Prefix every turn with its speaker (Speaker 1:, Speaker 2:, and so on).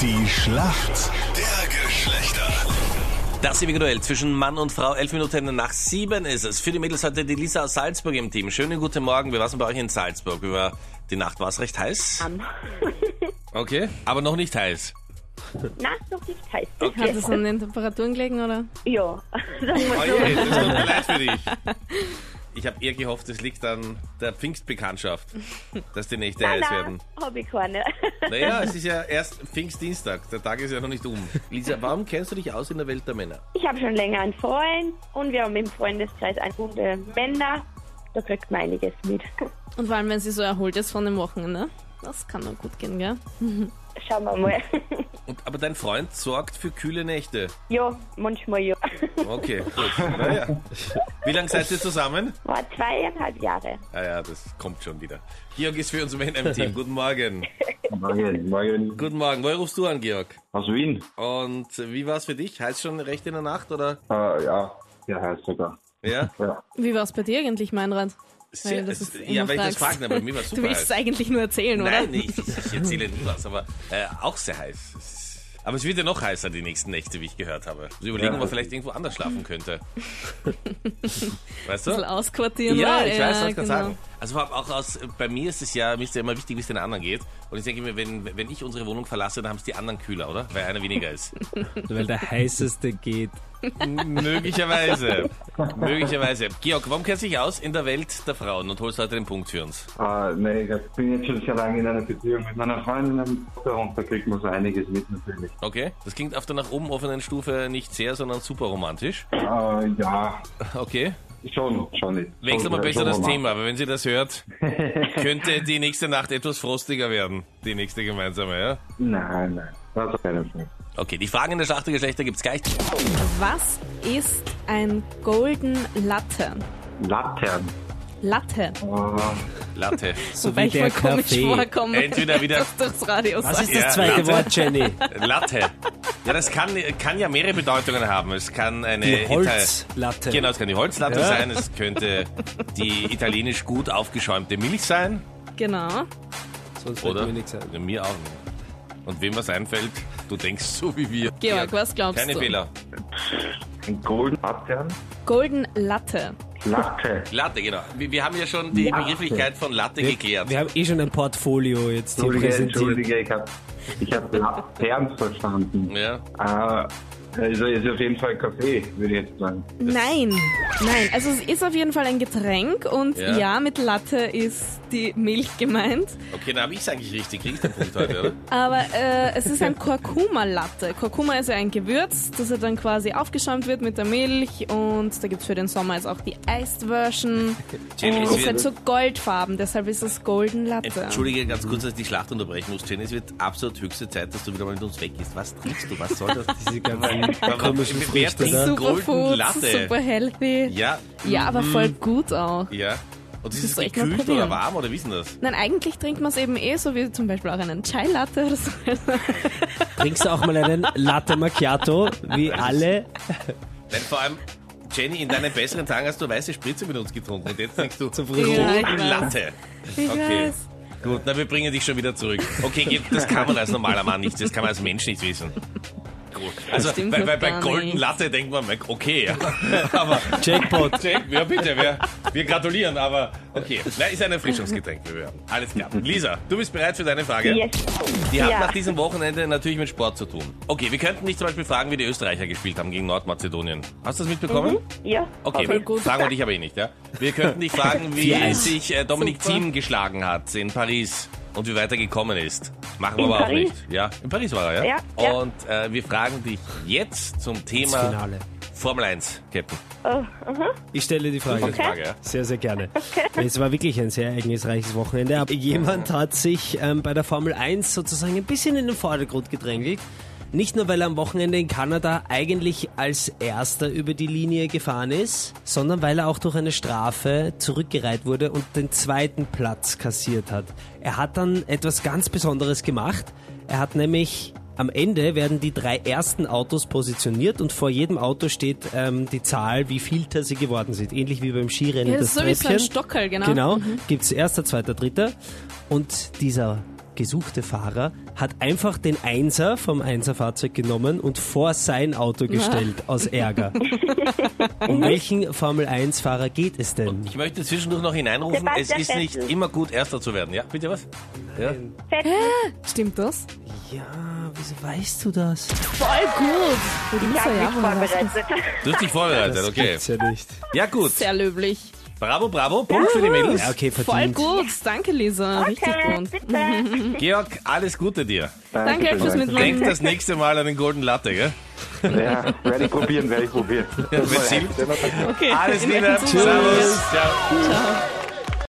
Speaker 1: Die Schlacht der Geschlechter.
Speaker 2: Das ewige Duell zwischen Mann und Frau, elf Minuten nach sieben ist es. Für die Mädels heute die Lisa aus Salzburg im Team. Schönen guten Morgen, wir waren bei euch in Salzburg. Über die Nacht war es recht heiß.
Speaker 3: Am.
Speaker 2: Okay. Aber noch nicht heiß.
Speaker 3: Na, ist noch nicht heiß.
Speaker 4: Hat es an den Temperaturen gelegen, oder?
Speaker 3: Ja, sagen wir so.
Speaker 2: Oje, das tut mir leid für dich. Ich habe eher gehofft, es liegt an der Pfingstbekanntschaft, dass die Nächte heiß werden.
Speaker 3: habe ich keine.
Speaker 2: Naja, es ist ja erst Pfingstdienstag, der Tag ist ja noch nicht um. Lisa, warum kennst du dich aus in der Welt der Männer?
Speaker 3: Ich habe schon länger einen Freund und wir haben im Freundeskreis eine Runde Männer. Da kriegt man einiges mit.
Speaker 4: Und vor allem, wenn sie so erholt ist von dem Wochenende. Das kann dann gut gehen, gell?
Speaker 3: Schauen wir mal.
Speaker 2: Und, aber dein Freund sorgt für kühle Nächte.
Speaker 3: Ja, manchmal ja.
Speaker 2: Okay, gut. Naja. Wie lange seid ihr zusammen?
Speaker 3: War zweieinhalb Jahre.
Speaker 2: Ah ja, das kommt schon wieder. Georg ist für uns im NM-Team. Guten Morgen.
Speaker 5: Morgen, morgen.
Speaker 2: Guten Morgen. Woher rufst du an, Georg?
Speaker 5: Aus Wien?
Speaker 2: Und wie war es für dich? Heißt schon recht in der Nacht, oder?
Speaker 5: Äh, ja, ja, heißt sogar.
Speaker 2: Ja?
Speaker 5: Ja.
Speaker 4: Wie war es bei dir eigentlich, Meinrad?
Speaker 2: Sehr,
Speaker 4: das ist
Speaker 2: ja,
Speaker 4: immer
Speaker 2: weil ich das
Speaker 4: fragst.
Speaker 2: frage, aber mir war super
Speaker 4: Du willst es
Speaker 2: heiß.
Speaker 4: eigentlich nur erzählen, oder?
Speaker 2: Nein, ich, ich erzähle nie was, aber äh, auch sehr heiß. Es ist- Aber es wird ja noch heißer die nächsten Nächte, wie ich gehört habe. Also überlegen,
Speaker 5: Ja.
Speaker 2: ob man vielleicht irgendwo anders schlafen könnte. weißt du?
Speaker 4: Ein bisschen ausquartieren,
Speaker 2: Ja,
Speaker 4: oder?
Speaker 2: ich weiß, was ich gerade
Speaker 4: genau.
Speaker 2: sagen. Also vor allem auch aus, bei mir ist es ja, mir ist ja immer wichtig, wie es den anderen geht. Und ich denke mir, wenn, wenn ich unsere Wohnung verlasse, dann haben es die anderen kühler, oder? Weil einer weniger ist.
Speaker 6: Weil der heißeste geht.
Speaker 2: Möglicherweise. Möglicherweise. Georg, warum kennst du dich aus in der Welt der Frauen und holst heute den Punkt für uns?
Speaker 5: Äh, nee, ich bin jetzt schon sehr lange in einer Beziehung mit meiner Freundin und darunter kriegt man so einiges mit natürlich.
Speaker 2: Okay. Das klingt auf der nach oben offenen Stufe nicht sehr, sondern super romantisch.
Speaker 5: Äh, ja,
Speaker 2: Okay.
Speaker 5: schon, schon nicht.
Speaker 2: Wechseln wir
Speaker 5: Schon-
Speaker 2: besser
Speaker 5: schon
Speaker 2: das
Speaker 5: Roman.
Speaker 2: Thema, weil wenn sie das hört, könnte die nächste Nacht etwas frostiger werden. Die nächste gemeinsame, ja?
Speaker 5: Nein, nein, das auf keinen Fall.
Speaker 2: Okay, die Fragen in der Schlacht der Geschlechter gibt's gleich.
Speaker 4: genau. Was ist ein Golden Latte?
Speaker 5: Laternen.
Speaker 4: Latte.
Speaker 5: Äh,
Speaker 2: Latte.
Speaker 6: So
Speaker 4: Weil
Speaker 6: wie
Speaker 4: ich
Speaker 6: der
Speaker 4: voll komisch
Speaker 6: Kaffee.
Speaker 4: vorkomme.
Speaker 2: Entweder wieder
Speaker 4: Das durchs Radio
Speaker 6: Was ist
Speaker 2: Ah, Ja,
Speaker 6: das zweite
Speaker 2: Latte.
Speaker 6: Wort, Jenny?
Speaker 2: Latte. Ja, das kann, kann ja mehrere Bedeutungen haben. Es kann eine
Speaker 6: Die
Speaker 2: Ital-
Speaker 6: Holzlatte.
Speaker 2: Genau, es kann die Holzlatte
Speaker 6: Ja.
Speaker 2: sein, es könnte die italienisch gut aufgeschäumte Milch sein,
Speaker 4: Genau.
Speaker 6: Sonst
Speaker 2: oder?
Speaker 6: würde mir nichts sagen.
Speaker 2: Ja, mir auch nicht. Und wem was einfällt, du denkst so wie wir.
Speaker 4: Georg, was glaubst
Speaker 2: Keine
Speaker 4: du?
Speaker 2: Fehler.
Speaker 5: ein golden Laternen?
Speaker 4: Golden Latte.
Speaker 5: Latte.
Speaker 2: Latte, genau. Wir, wir haben ja schon die Begrifflichkeit von Latte geklärt.
Speaker 6: Wir haben eh schon ein Portfolio jetzt hier
Speaker 5: Entschuldige,
Speaker 6: präsentiert.
Speaker 5: Entschuldige, ich hab, ich hab Laternen verstanden.
Speaker 2: ja.
Speaker 5: Äh, also ist auf jeden Fall Kaffee, würde ich jetzt sagen.
Speaker 4: Nein, nein. Also es ist auf jeden Fall ein Getränk und
Speaker 2: Ja.
Speaker 4: ja, mit Latte ist die Milch gemeint.
Speaker 2: Okay, dann habe ich es eigentlich richtig. Krieg ich den Punkt heute, oder?
Speaker 4: Aber äh, es ist ein Kurkuma-Latte. Kurkuma ist ja ein Gewürz, das ja dann quasi aufgeschäumt wird mit der Milch und da gibt's für den Sommer jetzt auch die Iced Version.
Speaker 2: Jenny,
Speaker 4: Und
Speaker 2: es
Speaker 4: ist
Speaker 2: wird,
Speaker 4: halt so goldfarben, deshalb ist es Golden Latte.
Speaker 2: Entschuldige ganz kurz, dass ich die Schlacht unterbrechen muss. Jenny, es wird absolut höchste Zeit, dass du wieder mal mit uns weg bist. Was trinkst du? Was soll das?
Speaker 6: Diese ganzen komischen
Speaker 2: Wer
Speaker 6: Früchte,
Speaker 2: trinkt-
Speaker 6: ne?
Speaker 2: Golden
Speaker 4: Superfood,
Speaker 2: Latte.
Speaker 4: super healthy.
Speaker 2: Ja, Mhm.
Speaker 4: Ja, aber voll gut auch.
Speaker 2: ja. Und ist es
Speaker 4: Musst du echt mal
Speaker 2: gekühlt
Speaker 4: probieren.
Speaker 2: oder warm oder wie ist denn das?
Speaker 4: Nein, eigentlich trinkt man es eben eh so wie zum Beispiel auch einen Chai-Latte oder so.
Speaker 6: Trinkst du auch mal einen Latte Macchiato, wie alle?
Speaker 2: Denn vor allem, Jenny, in deinen besseren Tagen hast du weiße Spritze mit uns getrunken und jetzt trinkst du
Speaker 6: Zum
Speaker 2: roten
Speaker 6: Frühstück.
Speaker 4: Ja, ich weiß.
Speaker 2: Latte.
Speaker 4: Ich
Speaker 2: Okay.
Speaker 4: weiß.
Speaker 2: Gut, na, wir bringen dich schon wieder zurück. Okay, geht- das kann man als normaler Mann nicht, das kann man als Mensch nicht wissen. Gut. Also
Speaker 4: stimmt
Speaker 2: bei, bei,
Speaker 4: noch
Speaker 2: bei
Speaker 4: gar
Speaker 2: Golden
Speaker 4: nicht.
Speaker 2: Latte denkt man, okay, ja. aber
Speaker 6: Jackpot.
Speaker 2: Jack, ja bitte, wir, wir gratulieren, aber okay. Na, ist ein Erfrischungsgetränk, wir werden. Alles klar. Lisa, du bist bereit für deine Frage?
Speaker 3: Yes.
Speaker 2: Die hat
Speaker 3: Ja.
Speaker 2: nach diesem Wochenende natürlich mit Sport zu tun. Okay, wir könnten dich zum Beispiel fragen, wie die Österreicher gespielt haben gegen Nordmazedonien. Hast du das mitbekommen?
Speaker 3: Ja.
Speaker 2: Okay,
Speaker 4: Voll
Speaker 2: wir
Speaker 4: gut.
Speaker 2: fragen wir dich aber eh nicht, ja? Wir könnten dich fragen, wie
Speaker 6: 4-1.
Speaker 2: sich äh, Dominik
Speaker 4: Super.
Speaker 2: Thiem geschlagen hat in Paris und wie weit er gekommen ist. Machen wir
Speaker 3: In
Speaker 2: aber
Speaker 3: Paris?
Speaker 2: auch nicht. Ja, in Paris war er, ja?
Speaker 3: Ja, ja.
Speaker 2: Und äh, wir fragen dich jetzt zum
Speaker 6: Das
Speaker 2: Thema
Speaker 6: Finale.
Speaker 2: Formel 1, Captain.
Speaker 3: Oh, aha.
Speaker 6: Ich stelle die Frage.
Speaker 2: Die Frage, ja?
Speaker 6: Sehr, sehr gerne. Es war wirklich ein sehr ereignisreiches Wochenende. Aber jemand hat sich ähm, bei der Formel 1 sozusagen ein bisschen in den Vordergrund gedrängelt. Nicht nur, weil er am Wochenende in Kanada eigentlich als erster über die Linie gefahren ist, sondern weil er auch durch eine Strafe zurückgereiht wurde und den zweiten Platz kassiert hat. Er hat dann etwas ganz Besonderes gemacht. Er hat nämlich am Ende werden die drei ersten Autos positioniert und vor jedem Auto steht ähm, die Zahl, wie vielter sie geworden sind. Ähnlich wie beim Skirennen
Speaker 4: Ja, das
Speaker 6: das
Speaker 4: ist so wie so ein genau. Stockerl,
Speaker 6: Treppchen.
Speaker 4: genau.
Speaker 6: Genau, gibt's erster, zweiter, dritter. Und dieser gesuchte Fahrer hat einfach den Einser vom Einserfahrzeug genommen und vor sein Auto gestellt, aus Ärger. um welchen Formel-1-Fahrer geht es denn?
Speaker 2: Ich möchte zwischendurch noch hineinrufen, es
Speaker 3: Sebastian
Speaker 2: ist nicht
Speaker 3: Vettel.
Speaker 2: immer gut, Erster zu werden. Ja, bitte was? Ja.
Speaker 3: Vettel,
Speaker 4: Stimmt das?
Speaker 6: Ja, wieso weißt du das?
Speaker 4: Voll gut.
Speaker 3: ich habe mich vorbereitet.
Speaker 2: Du hast dich vorbereitet, okay.
Speaker 6: Gibt's ja nicht.
Speaker 2: Ja, gut.
Speaker 4: Sehr löblich.
Speaker 2: Bravo, bravo. Punkt für die Mädels.
Speaker 6: Ja, okay,
Speaker 4: Voll
Speaker 6: verdient.
Speaker 4: gut. Danke, Lisa. Richtig
Speaker 3: Okay,
Speaker 4: gut.
Speaker 3: bitte.
Speaker 2: Georg, alles Gute dir.
Speaker 4: Danke
Speaker 5: Dankeschön,
Speaker 4: fürs
Speaker 5: danke.
Speaker 2: Denk
Speaker 4: Mitmachen.
Speaker 2: das nächste Mal an den Golden Latte, gell?
Speaker 5: Ja, werde ich probieren, werde ich probieren.
Speaker 2: mit Silber.
Speaker 4: Okay.
Speaker 2: Alles
Speaker 4: in
Speaker 2: Liebe.
Speaker 4: welchem Zusammenhang?
Speaker 2: Servus. Ciao.
Speaker 4: Ciao.